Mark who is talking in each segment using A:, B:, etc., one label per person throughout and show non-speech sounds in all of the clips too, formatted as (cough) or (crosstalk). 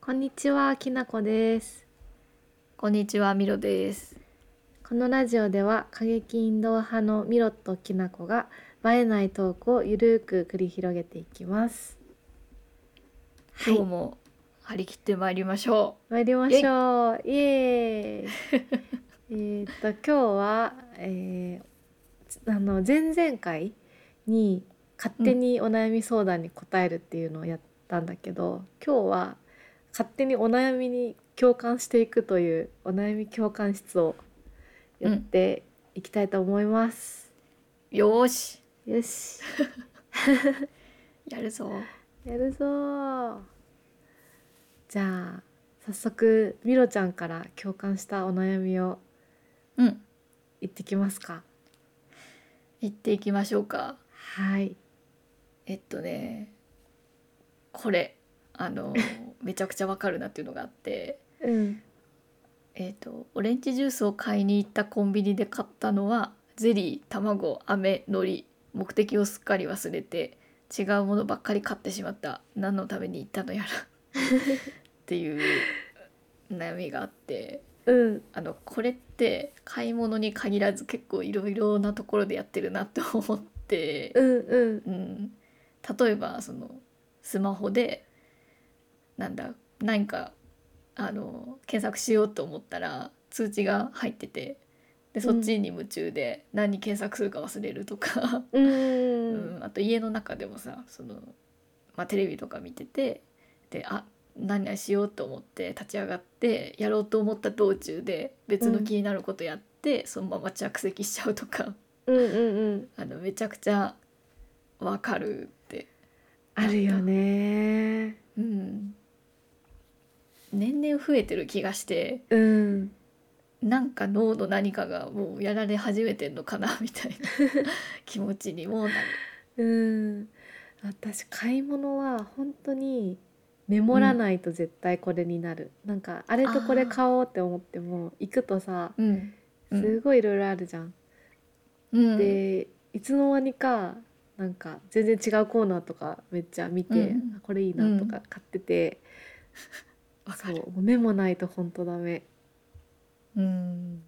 A: こんにちは、きなこです。
B: こんにちは、ミロです。
A: このラジオでは過激インドア派のミロときなこが映えないトークをゆるーく繰り広げていきます。は
B: 今日
A: い、
B: も張り切ってまいりましょ
A: 参りましょう。イエーイ。えーっと今日は、えーつあの前々回に勝手にお悩み相談に答えるっていうのをやったんだけど、今日は勝手にお悩みに共感していくというお悩み共感室をやっていきたいと思います。
B: う。よーし、
A: よし、
B: やるぞ。
A: やるぞー。じゃあ早速ミロちゃんから共感したお悩みを
B: うん、
A: 言ってきますか。
B: 行っていきましょうか。
A: はい。
B: えっとね、これあのめちゃくちゃわかるなっていうのがあって、
A: うん。
B: えっとオレンジジュースを買いに行ったコンビニで買ったのはゼリー、卵、飴、海苔。目的をすっかり忘れて違うものばっかり買ってしまった。何のために行ったのやらっていう悩みがあって。
A: うん。
B: あのこれって買い物に限らず結構いろいろなところでやってるなって思って、
A: うんうん
B: うん、例えばそのスマホでなんだ何かあの検索しようと思ったら通知が入っててでそっちに夢中で何検索するか忘れるとか、
A: う
B: うん
A: ん
B: あと家の中でもさその、まあ、テレビとか見ててであ何々しようと思って立ち上がってやろうと思った道中で別の気になることやって、そのまま着席しちゃうとか (laughs)
A: うんうん
B: あのめちゃくちゃわかるって、
A: あるよね
B: うん、年々増えてる気がして
A: うん
B: なんか脳の何かがもうやられ始めてんのかなみたいな気持ちにもなる。
A: うん私買い物は本当にメモらないと絶対これになる、なんかあれとこれ買おうって思っても行くとさ
B: うんうん
A: すごいいろいろあるじゃん、
B: うん
A: でいつの間にかなんか全然違うコーナーとかめっちゃ見て、
B: うん
A: あこれいいなとか買ってて、
B: わか
A: そう
B: る
A: もうメモないと本当ダメ
B: うん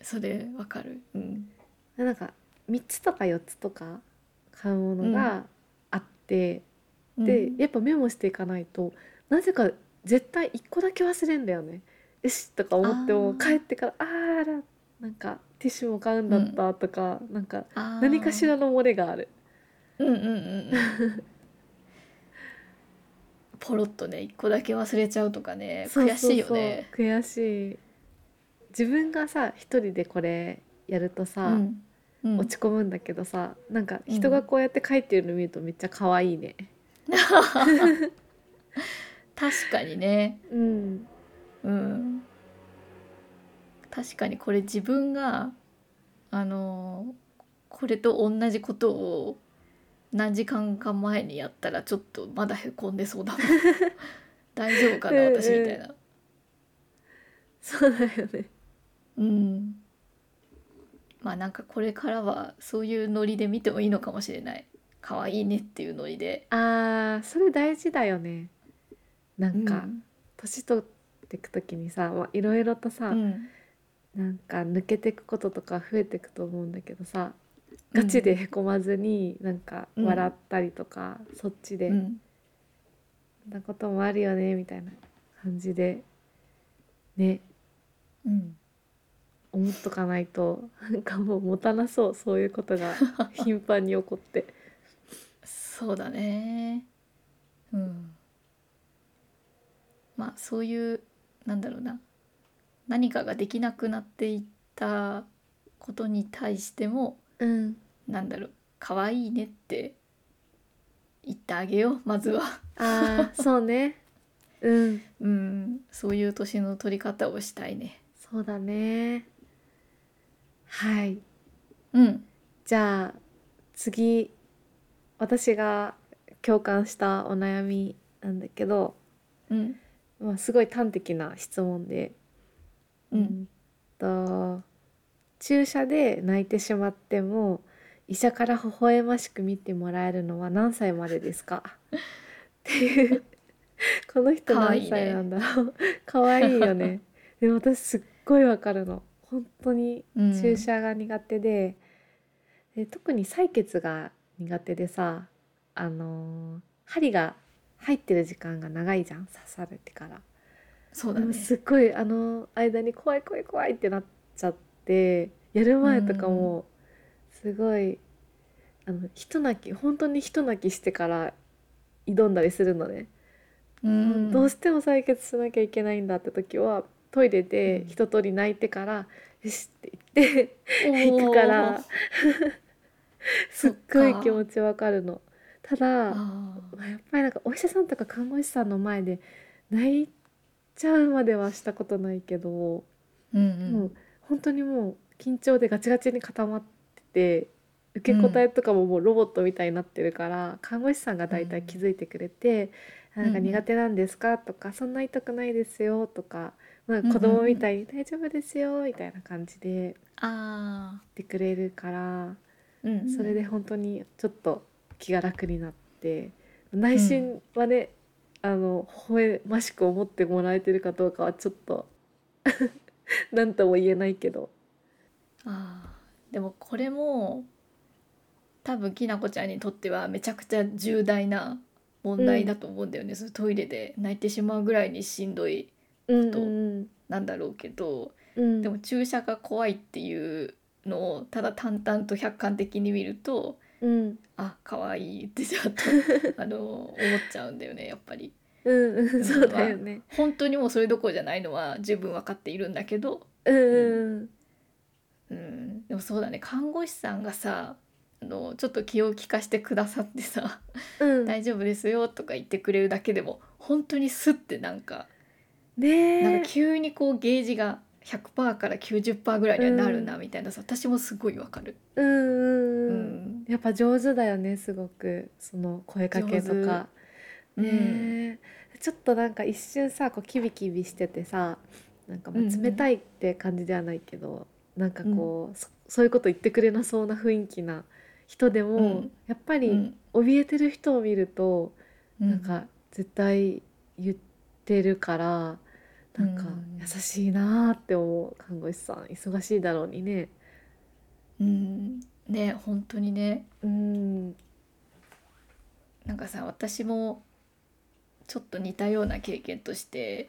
B: それわかる。うん。
A: なんか3つとか4つとか買うものがあって、でやっぱメモしていかないとなぜか絶対1個だけ忘れんだよね。よしとか思っても
B: あー
A: 帰ってから「あーあらなんかティッシュも買うんだった」とか、なんか何
B: 何
A: かしらの漏れがある。
B: うんうんうんうんポロッとね一個だけ忘れちゃうとかね
A: そう
B: 悔しいよね
A: そうそう悔しい自分がさ一人でこれやるとさ、
B: うんうん
A: 落ち込むんだけどさなんか人がこうやって書いてるの見るとめっちゃ可愛いね。
B: 確かにね
A: うん、
B: うん確かにこれ自分があのーこれと同じことを何時間か前にやったらちょっとまだへこんでそうだ
A: (laughs)
B: もん大丈夫かな
A: うんうん
B: 私みたいな
A: そうだよね。
B: うんまあなんかこれからはそういうノリで見てもいいのかもしれない可愛いねっていうノリで
A: あーそれ大事だよねなん
B: な
A: か
B: ん
A: 年取ってく時にさまあいろいろとさ、
B: か、うん
A: なんか抜けてくこととか増えてくと思うんだけどさガチでへこまずになんか
B: うん
A: 笑ったりとか、そっちで、
B: う
A: こん、
B: ん
A: なこともあるよねみたいな感じでね
B: うん
A: 思っとかないと (laughs) なんかもう持たなそうそういうこと
B: (laughs)
A: が頻繁に起こって
B: そうだねうんまあそういうなんだろうな何かができなくなっていったことに対しても
A: うん
B: なんだろう可愛いねって言ってあげようまずは
A: あーそうねうん
B: うんそういう年の取り方をしたいね
A: そうだねはい
B: うん
A: じゃあ次私が共感したお悩みなんだけど、
B: うん
A: まあ、すごい端的な質問で、
B: うん
A: うんと注射で泣いてしまっても医者から微笑ましく見てもらえるのは何歳までですかっていうこの人
B: 可愛い
A: 何
B: ね
A: 歳なんだろう可愛いよねでも私すっごいわかるの本当に
B: うん
A: 注射が苦手で,、で特に採血が苦手でさあのー針が入ってる時間が長いじゃん刺されてから、
B: そうだ
A: でも
B: ね
A: すっごいあの間に怖い怖い怖いってなっちゃってやる前とかもすごい、あの人泣き本当に人泣きしてから挑んだりするのね。
B: うん
A: どうしても採血しなきゃいけないんだって時はトイレで
B: うん
A: 一通り泣いてから「よし」って言って
B: おー
A: 行く (laughs) からすっ
B: そっか
A: ごい気持ちわかるの。ただ
B: あー
A: まあやっぱりなんかお医者さんとか看護師さんの前で泣いちゃうまではしたことないけど、
B: うんう
A: も
B: ん
A: う本当にもう緊張でガチガチに固まってて受け答えとかももうロボットみたいになってるから、看護師さんが大体気づいてくれて「
B: ん
A: なんか苦手なんですか?」とか「そんな痛くないですよ」とか、まあ、子供みたいに「大丈夫ですよ」みたいな感じで言っ
B: あ
A: てくれるから
B: ーうんうん
A: それで本当にちょっと気が楽になって内心はね、あの微笑ましく思ってもらえてるかどうかはちょっと (laughs) 何とも言えないけど。
B: あーでもこれも多分きなこちゃんにとってはめちゃくちゃ重大な問題だと思うんだよね、そのトイレで泣いてしまうぐらいにしんどい
A: うん
B: と
A: うん
B: なんだろうけど、
A: うん、
B: でも注射が怖いっていうのをただ淡々と客観的に見ると
A: うん
B: あ可愛いってちょっ
A: (laughs)
B: とあの思っちゃうんだよねやっぱり。
A: うんうんそうだよね
B: 本当にもうそれどころじゃないのは十分分かっているんだけど
A: うんうん
B: うん、でもそうだね看護師さんがさあのちょっと気を利かしてくださってさ
A: うん
B: 「大丈夫ですよ」とか言ってくれるだけでも本当にスッてなんか、な
A: ね
B: ん
A: え
B: か急にこうゲージが100%から90%ぐらいにはなるな
A: うん
B: みたいなさ、私もすごいわかる。
A: うんうん
B: う
A: うん
B: ん
A: やっぱ上手だよねすごくその声かけとかねえちょっとなんか一瞬さこうキビキビしててさなんかまあ
B: うんうん
A: 冷たいって感じではないけどなんかこうそそういうこと言ってくれなそうな雰囲気な人で
B: う
A: も
B: ん
A: やっぱ
B: う
A: り
B: ん
A: 怯えてる人を見ると
B: うん
A: なんか絶対言ってるからなんか
B: うん
A: 優しいなーって思う看護師さん忙しいだろうにね
B: うんね本当にね
A: うん
B: なんかさ私もちょっと似たような経験として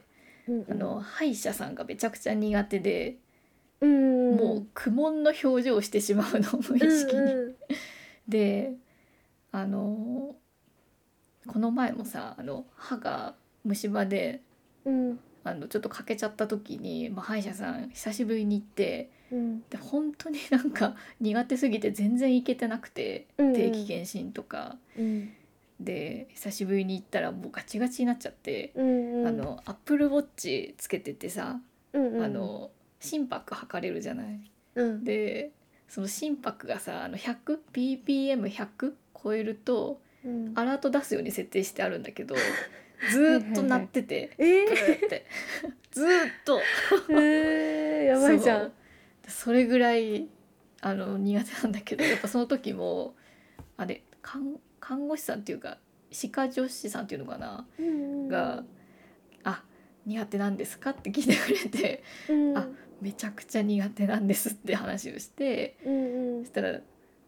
B: あの歯医者さんがめちゃくちゃ苦手で。
A: うん
B: もう苦悶の表情をしてしまうの無意識に。
A: うん
B: であのーこの前もさあの歯が虫歯で
A: うん
B: あのちょっと欠けちゃった時に、まあ、歯医者さん久しぶりに行って
A: うん
B: で本当になんか苦手すぎて全然行けてなくて
A: うんうん
B: 定期検診とか
A: うん
B: で久しぶりに行ったらもうガチガチになっちゃって、
A: うんうん
B: あのアップルウォッチつけててさ、
A: うんうん
B: あの心拍測れるじゃない。
A: うん
B: でその心拍がさあの 100ppm100 超えると
A: うん
B: アラート出すように設定してあるん
A: (laughs)
B: だけどずーっと鳴ってて
A: え
B: ブ (laughs) ーってずーっと
A: ーえーやばいじゃ
B: そうんでそれぐらいあの苦手なんだけどやっぱその時もあれ看看護師さんっていうか歯科助手さんっていうのかな
A: うんうん
B: が「あ苦手なんですか?」って聞いてくれて
A: うん
B: あ「めちゃくちゃ苦手なんです」って話をして。
A: うんうん
B: そしたら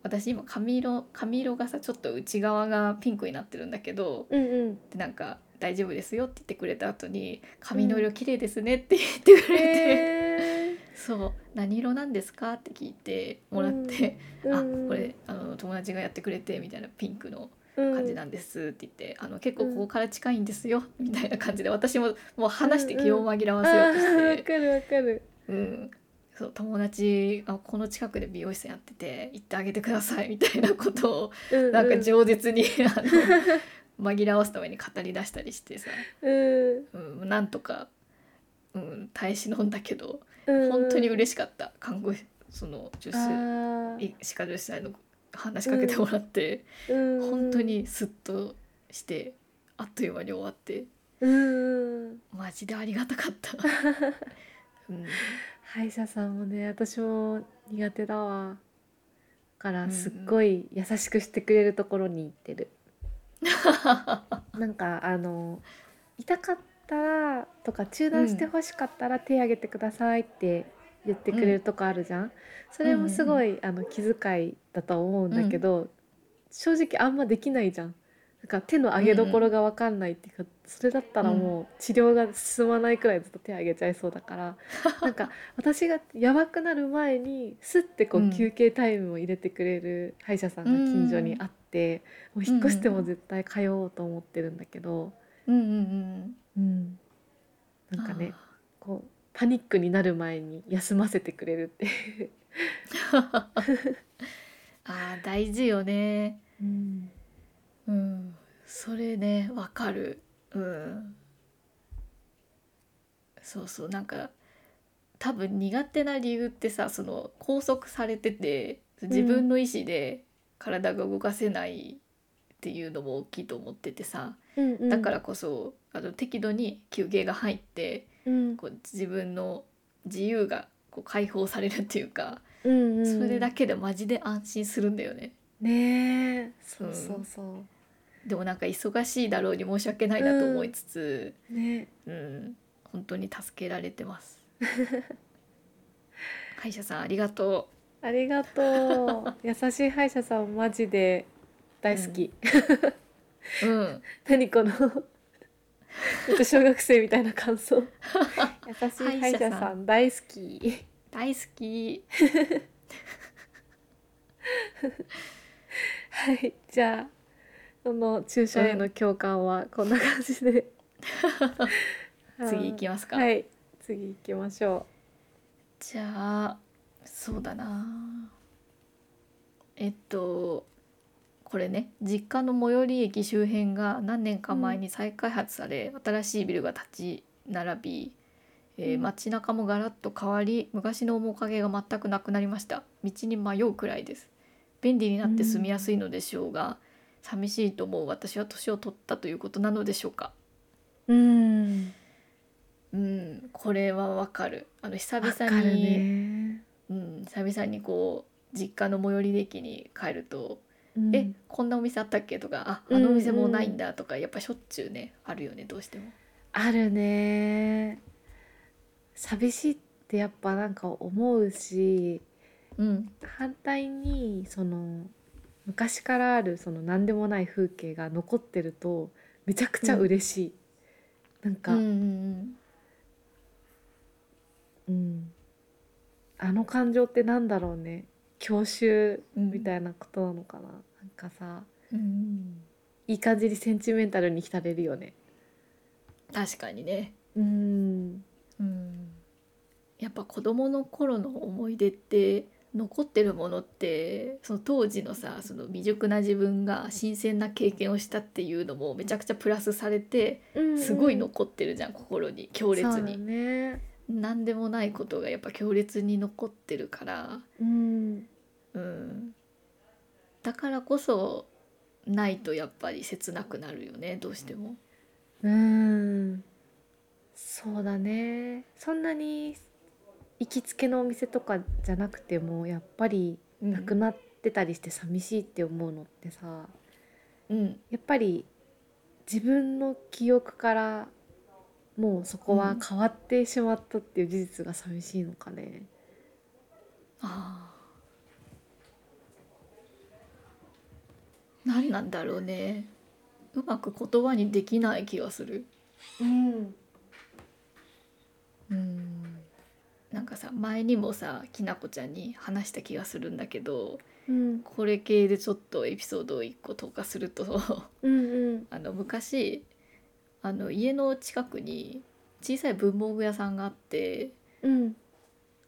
B: 私今髪色髪色がさちょっと内側がピンクになってるんだけど
A: うん
B: (laughs)
A: うん
B: でなんか「大丈夫ですよ」って言ってくれた後に「髪の色綺麗ですね」って言ってくれて、
A: え
B: そう「何色なんですか?」って聞いてもらって「
A: ー
B: あ
A: うん
B: これあの友達がやってくれて」みたいなピンクの
A: うん
B: 感じなんですって言って、あの結構ここから近いんですよみたいな感じで私ももう話して気を紛らわせようと
A: あー
B: し
A: わ
B: て。
A: かるわかる
B: うん、そう友達あこの近くで美容師さんやってて行ってあげてくださいみたいなことを
A: うう
B: なんか饒舌にあ
A: (laughs)
B: の紛らわすために語り出したりしてさ、
A: うん
B: うん、なんとか、うん、耐え忍んだけど
A: うん
B: 本当に嬉しかった看護師その助手
A: あー
B: い歯科助手さんの話しかけてもらって、
A: うんうん
B: 本当にスッとしてあっという間に終わって
A: うんうん
B: マジでありがた
A: (laughs)
B: かった。うん
A: 歯医者さんもね私も苦手だわだか
B: うんう
A: ら
B: ん
A: すっごい優し
B: (laughs)
A: くしてくれるところに行ってるなんかあの痛かったらとか中断してほしかったら手挙げてくださいって言ってくれるとこあるじゃん、それもすごい、あの気遣いだと思うんだけど、正直あんまできないじゃん。なんか手の上げどころが分かんないっていうか、それだったらもう治療が進まないくらいずっと手挙げちゃいそうだ
B: (laughs)
A: から、なんか私がやばくなる前にスッてこ
B: う
A: うん休憩タイムを入れてくれる歯医者さんが近所にあって、もう引っ越しても絶対通おうと思ってるんだけど、
B: うんうん
A: うん
B: うん。
A: なんかねこうパニックになる前に休ませてくれるっていう、
B: あー。あー大事よね。うん、それねわかる、うん、そうそうなんか多分苦手な理由ってさその拘束されてて自分の意思で体が動かせないっていうのも大きいと思っててさ
A: うんうん
B: だからこそ、あの適度に休憩が入って
A: うん
B: こう自分の自由がこう解放されるっていうか、
A: うんうん、
B: それだけでマジで安心するんだよね。
A: ねえそうそうそう、
B: でもなんか忙しいだろうに申し訳ないなと思いつつ、
A: ね
B: うん、本当に助けられてます。 (laughs) 歯医者さんありがと
A: ありがと (laughs) う優しい歯医者さんマジで大好き、
B: う。うん、
A: 何このちょっと小学生みたいな感 (laughs) 想優しい歯医者さん大好き
B: 大好き。
A: はいじゃあこの注射への共感はこんな感じ (laughs) で
B: 次行きますか。
A: はい次行きましょ
B: じゃあそうだな。えっとこれね実家の最寄り駅周辺が何年か前に再開発され、新しいビルが立ち並び、えー
A: うん
B: 街中もガラッと変わり昔の面影が全くなくなりました道に迷うくらいです便利になって住みやすいのでしょうが、寂しいと思う私は年を取ったということなのでしょうか
A: ううん
B: うんこれはわかるあの久
A: わ
B: 々
A: か
B: に
A: るね
B: うん、久々にこう実家の最寄り駅に帰ると「えこんなお店あったっけ?」とか「ああのお店もうないんだ」とかやっぱしょっちゅうねあるよねどうしても。
A: あるね寂しいってやっぱなんか思うし
B: うん
A: 反対にその昔からあるその何でもない風景が残ってるとめちゃくちゃ嬉しい、なんか、
B: う
A: うん
B: うんん
A: あの感情ってなんだろうね郷愁
B: うん
A: みたいなことなのかな、なんかさ
B: うん
A: いい感じにセンチメンタルに浸れるよね
B: 確かにね、
A: うん
B: うん、やっぱ子どもの頃の思い出って残ってるものってその当時のさその未熟な自分が新鮮な経験をしたっていうのもめちゃくちゃプラスされてすごい残ってるじゃん心に
A: 強
B: 強烈
A: そうだ
B: に。
A: ね
B: 何でもないことがやっぱ強烈に残ってるから、
A: うん
B: うん、だからこそないとやっぱり切なくなるよねどうしても。
A: うーんそうだねそんなに行きつけのお店とかじゃなくてもやっぱり
B: うん
A: なくなってたりして寂しいって思うのってさ
B: うん
A: やっぱり自分の記憶からもうそこは変わってしまったっていう事実が寂しいのかね。
B: あー何なんだろうねうまく言葉にできない気がする。
A: うん、
B: うんなんかさ前にもさきなこちゃんに話した気がするんだけど
A: うん、
B: これ系でちょっとエピソードを1個投下すると
A: うん、
B: あの昔あの家の近くに小さい文房具屋さんがあって
A: うん、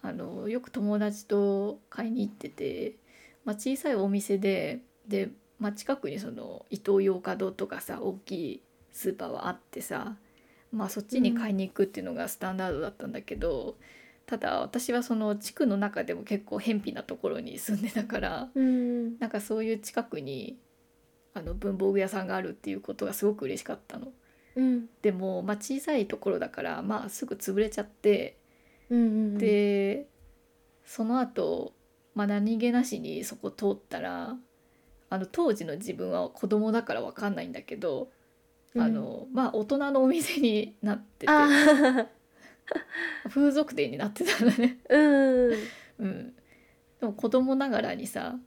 B: あのよく友達と買いに行ってて、まあ、小さいお店でで、まあ、近くにそのイトーヨーカドーとかさ大きいスーパーはあってさ、まあ、そっちに買いに行くっていうのがスタンダードだったんだけど、ただ私はその地区の中でも結構偏僻なところに住んでたから。
A: うん、
B: なんかそういう近くにあの文房具屋さんがあるっていうことがすごく嬉しかったの。
A: うん、
B: でも、まあ、小さいところだから、まあ、すぐ潰れちゃって、
A: うん、、
B: でその後、まあ何気なしにそこ通ったらあの当時の自分は子供だから分かんないんだけどあのまあ大人のお店になってて
A: あー
B: 風俗店になってたんだね、 (laughs)
A: うん
B: うん、でも子供ながらにさ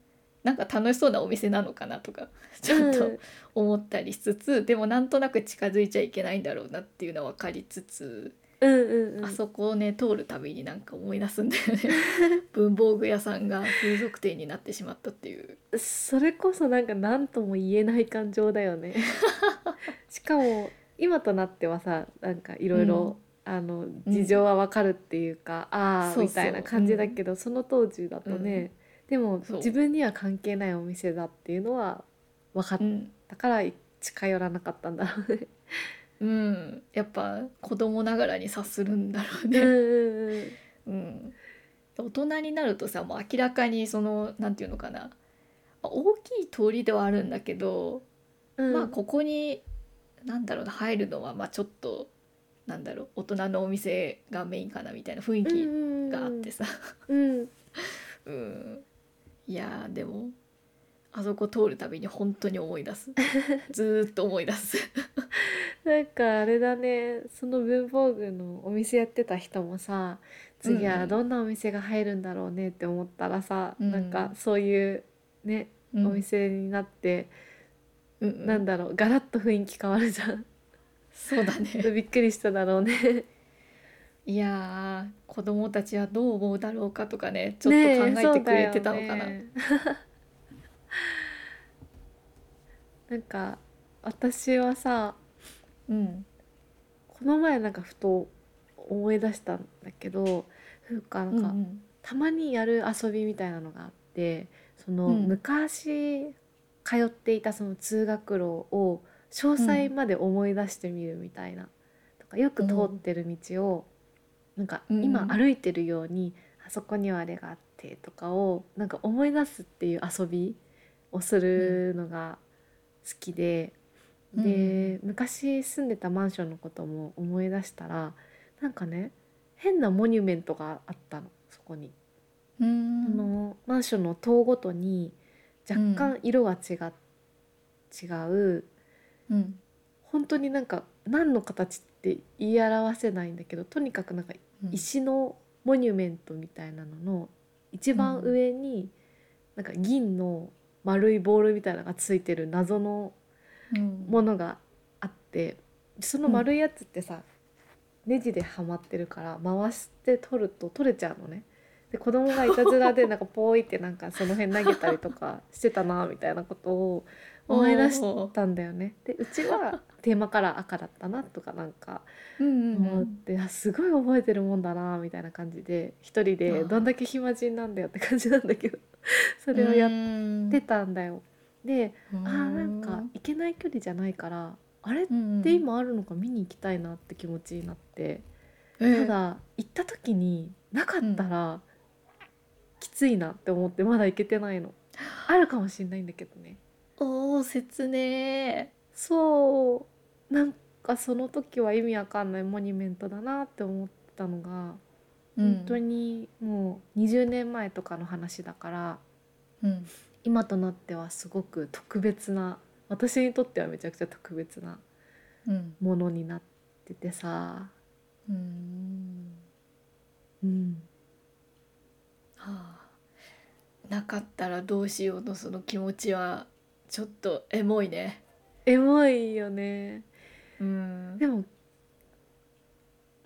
B: なんか楽しそうなお店なのかなとかちょっと思ったりしつつ、でもなんとなく近づいちゃいけないんだろうなっていうのは分かりつつ、
A: うんうんうん
B: あそこをね通るたびになんか思い出すんだよ
A: (laughs)
B: ね文房具屋さんが風俗店になってしまったっていう
A: それこそなんか何とも言えない感情だよ (laughs) ねしかも今となってはさなんかいろいろあの
B: うん
A: 事情はわかるっていうか、ああ
B: そうそう
A: みたいな感じだけど、その当時だとね、でも
B: そう
A: 自分には関係ないお店だっていうのは分かっ
B: うん、
A: たから近寄らなかったんだろうね。
B: うん、やっぱ子供ながらに察するんだろう
A: う
B: ね
A: んうんうん
B: うん、大人になるとさもう明らかにそのなんていうのかなまあ大きい通りではあるんだけど、
A: (laughs) うん
B: まあここになんだろうな入るのはまあちょっとなんだろう大人のお店がメインかなみたいな雰囲気があってさ、
A: うん
B: うんいやーでもあそこ通るたびに本当に思い出 (laughs) すずーっと思い出す
A: なんかあれだねその文房具のお店やってた人もさ次
B: うんう
A: は
B: ん
A: どんなお店が入るんだろうねって思ったらさ、
B: うん
A: なんかそういうね、
B: お
A: お、店になって、
B: うんうん
A: なんだろうガラッと雰囲気変わるじゃ
B: (laughs)
A: ん
B: そうだね
A: びっくりしただ
B: (laughs)
A: ろうね
B: いやー子供たちはどう思うだろうかとかねちょっと考えてくれてたのかな、
A: ねえそうだよね (laughs) なんか私はさ
B: うん
A: この前なんかふと思い出したんだけどなんかなんか、
B: うん
A: たまにやる遊びみたいなのがあってその、
B: うん
A: 昔通っていたその通学路を詳細まで思い出してみるみたいな、とかよく通ってる道を、なんか
B: うん
A: 今歩いてるように、あそこにはあれがあってとかをなんか思い出すっていう遊びをするのが好きで、
B: うん
A: で昔住んでたマンションのことも思い出したらなんかね変なモニュメントがあったのそこに。
B: う
A: あ
B: ん
A: のマンションの棟ごとに若干色は違,、違う
B: うん
A: 本当になんか何の形って言い表せないんだけどとにかくなんか石のモニュメントみたいなのの一番上になんか銀の丸いボールみたいなのがついてる謎の
B: うん
A: ものがあってその丸いやつってさ、ネジではまってるから回して取ると取れちゃうのね。で子供がいたずら
B: (laughs)
A: でなんかポーイってなんかその辺投げたりとかしてたなみたいなことを思い出し
B: おー
A: たんだよね。でうちはテーマカラー赤だったなとかなんか
B: うんうんう
A: 思っ
B: ん
A: て、あすごい覚えてるもんだなみたいな感じで一人でどんだけ暇人なんだよって感じなんだけどそれをやってたんだよ。で
B: うん
A: あーなんか行けない距離じゃないからあれっ
B: うん
A: て今あるのか見に行きたいなって気持ちになって、
B: え
A: た
B: え
A: だ行った時になかったらきついなって思ってまだ行けて
B: (gasps)
A: ないのあるかもしれないんだけどね
B: おー説明
A: そうなんかその時は意味わかんないモニュメントだなって思ってたのが、本当にもう20年前とかの話だから
B: うん
A: 今となってはすごく特別な私にとってはめちゃくちゃ特別な
B: うん
A: ものになっててさ、
B: うん
A: うん、
B: はあなかったらどうしようのその気持ちはちょっとエモいね
A: エモいよね
B: うん
A: でも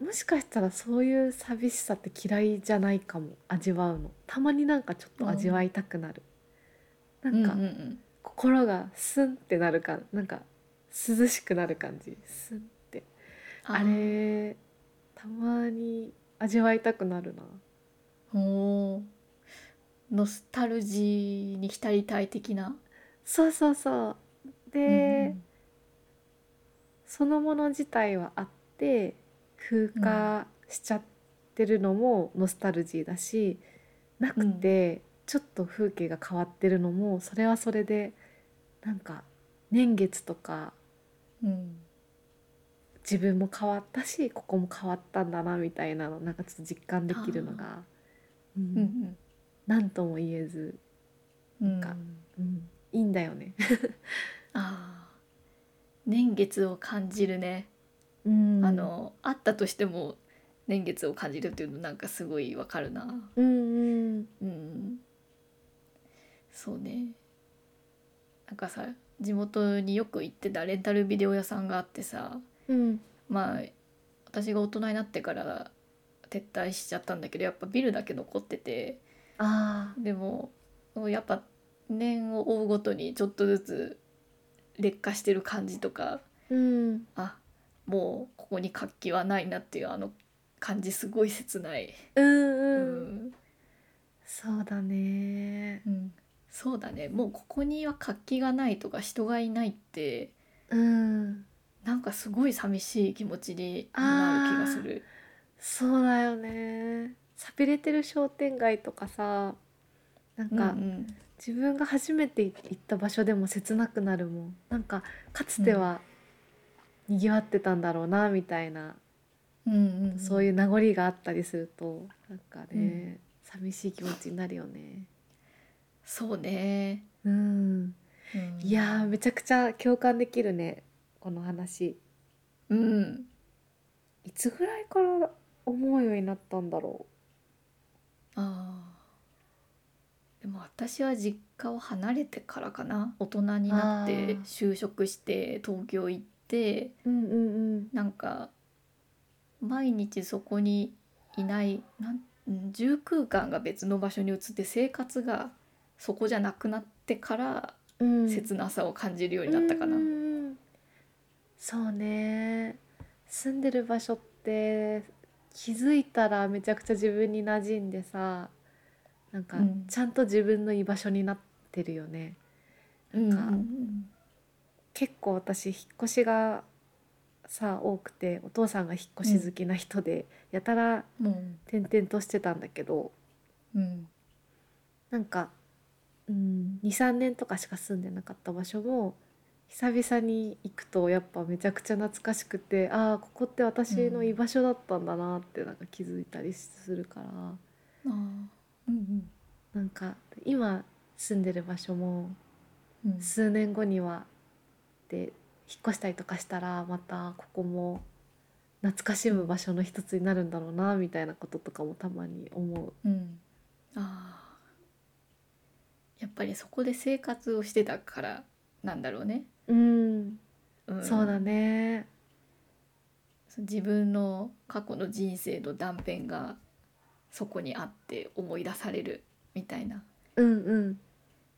A: もしかしたらそういう寂しさって嫌いじゃないかも味わうのたまになんかちょっと味わいたくなる、な
B: うんん
A: か
B: うん
A: 心がスンってなるかなんか涼しくなる感じスンって
B: うん
A: あれたまに味わいたくなるな
B: おーノスタルジーに浸りたい的な。
A: そうそうそうで、そのもの自体はあって風化しちゃってるのもノスタルジーだし、なくてちょっと風景が変わってるのもそれはそれでなんか年月とか
B: うんうん
A: 自分も変わったしここも変わったんだなみたいなのなんかちょっと実感できるのが、う、
B: うんん
A: なんとも言えず、
B: うん
A: かうん、いいんだよね。
B: ああ年月を感じるね、
A: うん、
B: あのあったとしても年月を感じるっていうのなんかすごいわかるな
A: うんうん
B: うんそうねなんかさ地元によく行ってたレンタルビデオ屋さんがあってさ
A: うん
B: まあ私が大人になってから撤退しちゃったんだけどやっぱビルだけ残ってて
A: あ
B: でもやっぱ年を追うごとにちょっとずつ劣化してる感じとか
A: ーうん
B: あもうここに活気はないなっていうあの感じすごい切ない、
A: うん
B: う
A: うん、
B: ん
A: そうだね
B: うんそうだねもうここには活気がないとか人がいないって
A: うん
B: なんかすごい寂しい気持ちになる気がする。
A: そうだよねさびれてる商店街とかさなんか、
B: うんうん
A: 自分が初めて行った場所でも切なくなるもんなんかかつては賑わってたんだろうなみたいな、
B: うんうん、
A: そういう名残があったりするとなんかね、寂しい気持ちになるよね
B: そうね、
A: うん
B: うん
A: いやーめちゃくちゃ共感できるねこの話
B: うん
A: いつぐらいから思うようになったんだろ
B: あーでも私は実家を離れてからかな大人になって
A: あー
B: 就職して東京行って
A: ううんうんうん
B: なんか毎日そこにいないなんうん住空間が別の場所に移って生活がそこじゃなくなってから
A: うん
B: 切なさを感じるようになったかな。
A: うんうんうんそうね住んでる場所って気づいたらめちゃくちゃ自分に馴染んでさなんか
B: うん
A: ちゃんと自分の居場所になってるよね、
B: うん
A: なんか結構私引っ越しがさ多くてお父さんが引っ越し好きな人で、やたら
B: も
A: 転々としてたんだけど
B: う、うん
A: なんか、うん、23年とかしか住んでなかった場所も久々に行くとやっぱめちゃくちゃ懐かしくてああここって私の居場所だったんだなってなんか気づいたりするから
B: あーうん
A: なんか今住んでる場所も
B: うんうん
A: 数年後にはで引っ越したりとかしたらまたここも懐かしむ場所の一つになるんだろうなみたいなこととかもたまに思う。
B: うん、あーやっぱりそこで生活をしてたからなんだろうね。
A: うん、
B: ん
A: そうだね。
B: 自分の過去の人生の断片がそこにあって思い出されるみたいな
A: うんうん。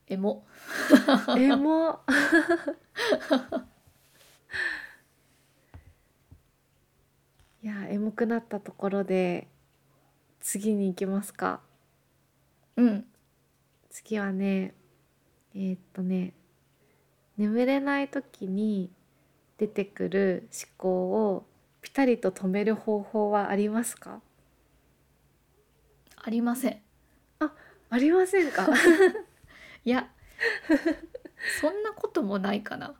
B: エモ。
A: え (laughs) もいやエモくなったところで次に行きますか
B: うん、
A: 次はねえーっとね眠れない時に出てくる思考をピタリと止める方法はありますか
B: ありません。
A: ありませんか
B: いや (laughs) そんなこともないかな。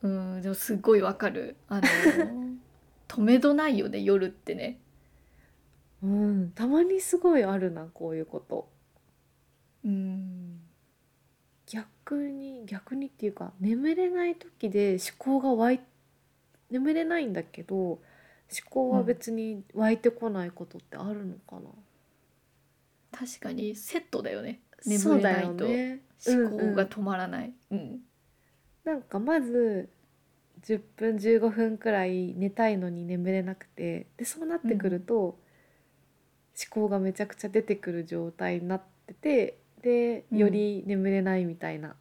B: うんでもすごいわかる。あ (laughs) の止めどないよね夜ってね。
A: (laughs) うんたまにすごいあるなこういうこと
B: うん
A: 逆に逆にっていうか眠れない時で思考が湧い眠れないんだけど思考は別に湧いてこないことってあるのかな、
B: 確かにセットだよね
A: そ
B: 眠
A: う
B: れな
A: だ
B: い
A: よ
B: と
A: ね
B: 思考
A: う
B: が
A: んうん
B: 止まらない、うん
A: なんかまず10分15分くらい寝たいのに眠れなくてでそうなってくると、思考がめちゃくちゃ出てくる状態になっててで
B: うん
A: より眠れないみたいな、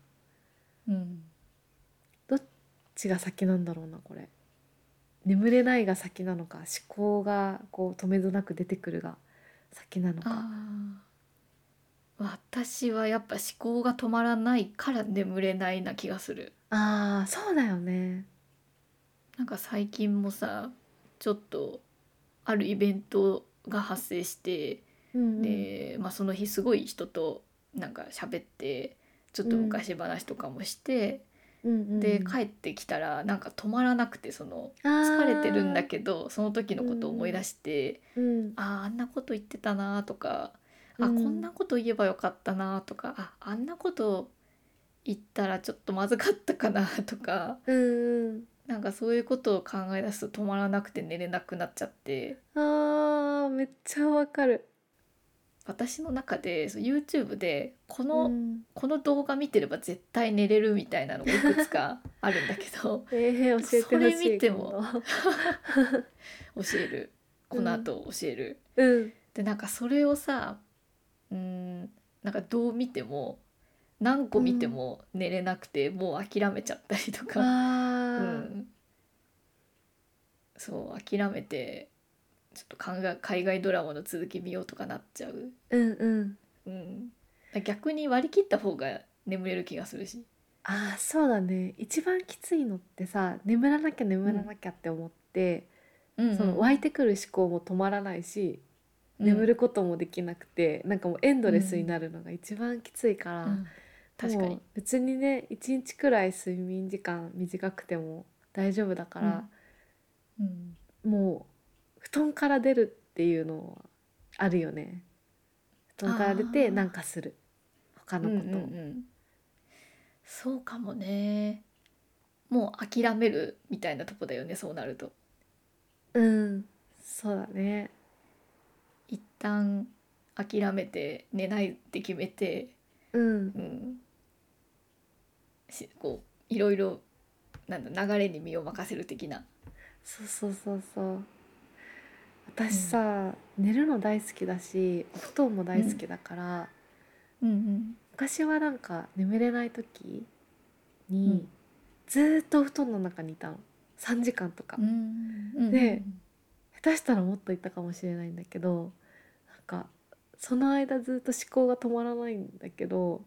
B: うん
A: どっちが先なんだろうなこれ眠れないが先なのか思考がこう止めどなく出てくるが先なのか
B: あー私はやっぱ思考が止まらないから眠れないな気がする
A: ああそうだよね
B: なんか最近もさちょっとあるイベントが発生して、
A: うんうん
B: で、まあ、その日すごい人となんか喋ってちょっと昔話とかもして、
A: うんうん
B: で帰ってきたらなんか止まらなくてその
A: あー
B: 疲れてるんだけどその時のことを思い出して、
A: うん
B: あーあんなこと言ってたなとか、あ
A: うん
B: こんなこと言えばよかったなとかああんなこと行ったらちょっとまずかったかなとか
A: うん
B: なんかそういうことを考え出すと止まらなくて寝れなくなっちゃって
A: うんあーめっちゃわかる
B: 私の中でそう YouTube でこの、
A: うん
B: この動画見てれば絶対寝れるみたいなのがいくつか (laughs) あるんだけど
A: えー、教えてほしい
B: それ見ても
A: 今度
B: 教えるこの後教える、
A: うん
B: でなんかそれをさうーんなんかどう見ても何個見ても寝れなくて、もう諦めちゃったりとか、う
A: あー、
B: ん、そう諦めてちょっと海外海外ドラマの続き見ようとかなっちゃう、
A: うんうん
B: うん、逆に割り切った方が眠れる気がするし
A: ああそうだね一番きついのってさ眠らなきゃ眠らなきゃって思って、その湧いてくる思考も止まらないし、眠ることもできなくてなんかもうエンドレスになるのが一番きついから、
B: か確か
A: も
B: に
A: う別にね一日くらい睡眠時間短くても大丈夫だから、
B: うん
A: もう布団から出るっていうのはあるよね布団から出
B: あ
A: て
B: ー
A: なんかする他のこと、
B: うんうんうんそうかもねもう諦めるみたいなとこだよねそうなると
A: うん、そうだね
B: 一旦諦めて寝ないって決めて
A: うん
B: うんしこういろいろなんだ流れに身を任せる的な
A: そうそうそうそう私さ、寝るの大好きだしお布団も大好きだから、
B: うん
A: 昔はなんか眠れない時
B: う
A: に
B: ん
A: ずーっとお布団の中にいたの3時間とか、
B: うん
A: で下手したらもっといたかもしれないんだけどなんかその間ずっと思考が止まらないんだけど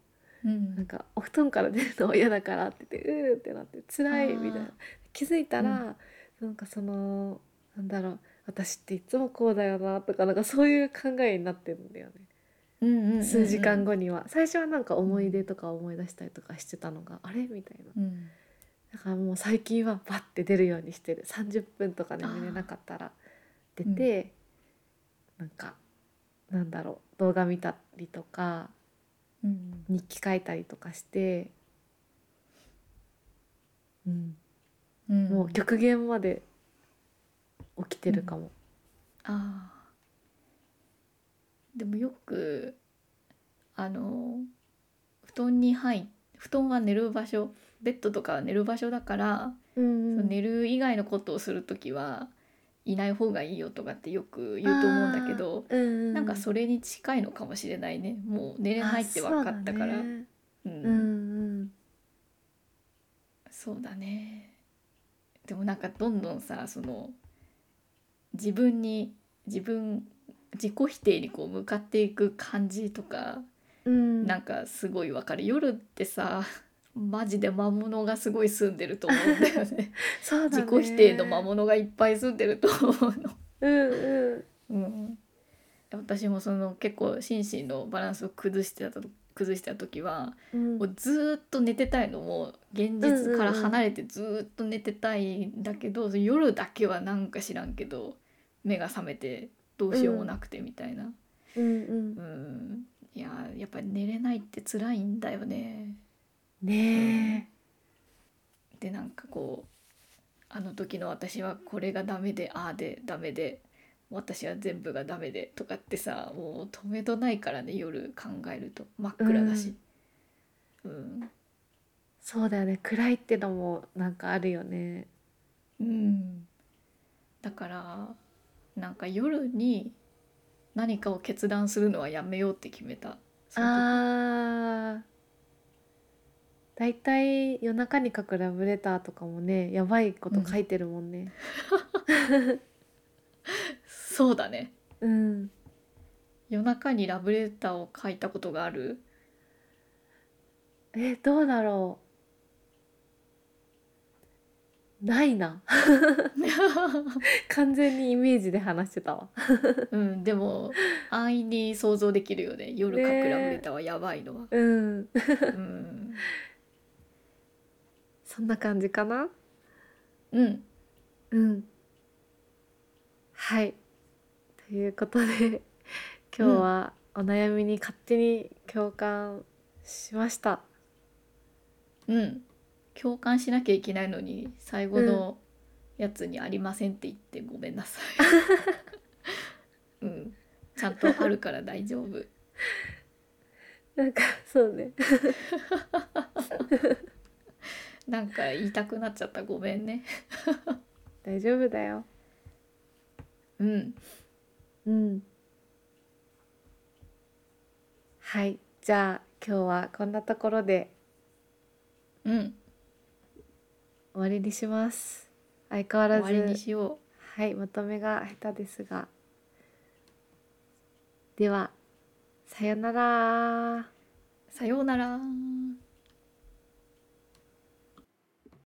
B: うん
A: なんかお布団から出るのは嫌だからって言ってうーってなって辛いみたい
B: あー
A: な気づいたら、なんかそのなんだろう私っていつもこうだよなとかなんかそういう考えになってるんだよね、
B: うんうんうんうん
A: 数時間後には最初はなんか思い出とか思い出したりとかしてたのが、あれみたいな
B: うん
A: だからもう最近はバッて出るようにしてる30分とか眠れなかったら出て、なんかなんだろう動画見たりとか
B: うん
A: 日記書いたりとかして、うん、
B: うん
A: もう極限まで起きてるかも。
B: あーでもよくあの布団に入っ布団は寝る場所ベッドとかは寝る場所だから、
A: うん
B: その寝る以外のことをする時はいない方がいいよとかってよく言うと思うんだけど、
A: あーうんうん、
B: なんかそれに近いのかもしれないねもう寝れないって分かったから
A: あ
B: う、
A: そうだねうんん
B: そうだねでもなんかどんどんさその自分に自分自己否定にこう向かっていく感じとか、
A: うん、
B: なんかすごいわかる夜ってさ (laughs) マジで魔物がすごい住んでると思うんだよね
A: (laughs) そうだ
B: 自
A: ね
B: 己否定の魔物がいっぱい住んでると思うの。 (laughs)
A: うんうん
B: うん、私もその結構心身のバランスを崩してたと崩してた時は
A: うん
B: もうずーっと寝てたいのも現実から離れてずーっと寝てたいんだけど、夜だけはなんか知らんけど目が覚めてどうしようもなくてみたいな
A: うんう
B: うんんいやーやっぱり寝れないって辛いんだよね
A: ね
B: でなんかこうあの時の私はこれがダメでああでダメで私は全部がダメでとかってさもう止めどないからね夜考えると真っ暗だし、うん
A: えそうだよね暗いってのもなんかあるよね
B: うん、だからなんか夜に何かを決断するのはやめようって決めたその時
A: あーだいたい夜中に書くラブレターとかもねやばいこと書いてるもんね
B: そうだね
A: うん
B: 夜中にラブレターを書いたことがある
A: えどうだろうないな (laughs) 完全にイメージで話してたわ
B: うんでも安易に想像できるよね夜書くラブレターはやばいのは、
A: うん
B: うん、
A: そんな感じかな
B: うん、
A: うん。はい。ということで、今日はお悩みに勝手に共感しました。
B: うん共感しなきゃいけないのに最後のやつに「ありません」って言ってごめんなさい。うん、ちゃんとあるから大丈夫。
A: なんかそうね (laughs)
B: なんか言いたくなっちゃったごめんね。
A: 大丈夫だよ
B: うん
A: うんはいじゃあ今日はこんなところで
B: うん
A: 終わりにします相変わら
B: 終わりに
A: ず
B: しよ
A: はいまとめが下手ですがではさよなら
B: う。さようなら。